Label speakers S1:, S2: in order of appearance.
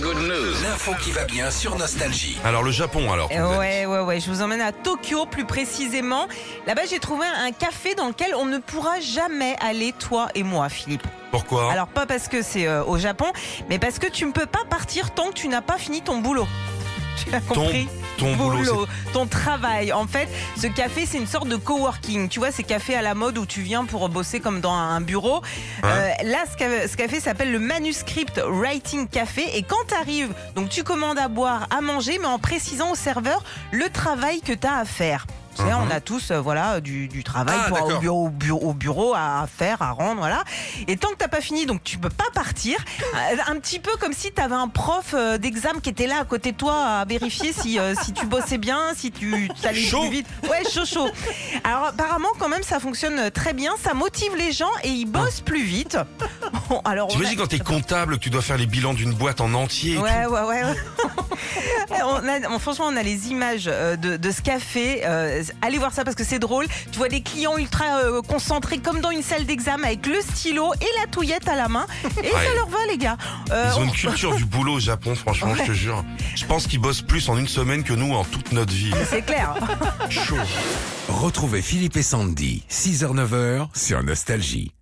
S1: Good news.
S2: L'info qui va bien sur Nostalgie.
S3: Alors le Japon alors.
S4: Eh
S3: vous êtes-
S4: Ouais, ouais, ouais. Je vous emmène à Tokyo plus précisément. Là-bas, j'ai trouvé un café dans lequel on ne pourra jamais aller, toi et moi, Philippe.
S3: Pourquoi
S4: Alors, pas parce que c'est euh, au Japon, mais parce que tu ne peux pas partir tant que tu n'as pas fini ton boulot. Tu as compris
S3: Ton boulot.
S4: boulot, ton travail. En fait, ce café, c'est une sorte de coworking. Tu vois, ces cafés à la mode où tu viens pour bosser comme dans un bureau. Euh, là, ce, ca- ce café s'appelle le Manuscript Writing Café. Et quand tu arrives, donc tu commandes à boire, à manger, mais en précisant au serveur le travail que tu as à faire. Tu sais,
S3: Mhm.
S4: on a tous euh, voilà du, du travail
S3: Ah,
S4: pour- au,
S3: d'accord.
S4: bureau, au bureau- au bureau à, à faire, à rendre, voilà. Et tant que t'as pas fini, donc tu peux pas partir. Euh, Un petit peu comme si tu avais un prof euh, d'examen qui était là à côté de toi à vérifier si, euh, si tu bossais bien, si tu allais
S3: Chaud.
S4: plus vite. Ouais, chaud, chaud. Alors apparemment, quand même, ça fonctionne très bien, ça motive les gens et ils bossent plus vite. Bon, alors, on a-
S3: T'imagines quand t'es comptable que tu dois faire les bilans d'une boîte en entier et
S4: Ouais, ouais, ouais. ouais. on a- on- franchement, on a les images euh, de, de ce café. Euh, allez voir ça parce que c'est drôle. Tu vois des clients ultra euh, concentrés comme dans une salle d'examen avec le stylo et la touillette à la main. Et ça
S3: Ouais.
S4: leur va, les gars.
S3: tout.
S4: Euh,
S3: Ils ont
S4: on-
S3: une culture du boulot au Japon, franchement, je te jure. Je pense qu'ils bossent plus en une semaine que nous en toute notre vie.
S4: C'est clair.
S3: Chaud.
S2: Retrouvez Philippe et Sandy, 6h-9h sur Nostalgie.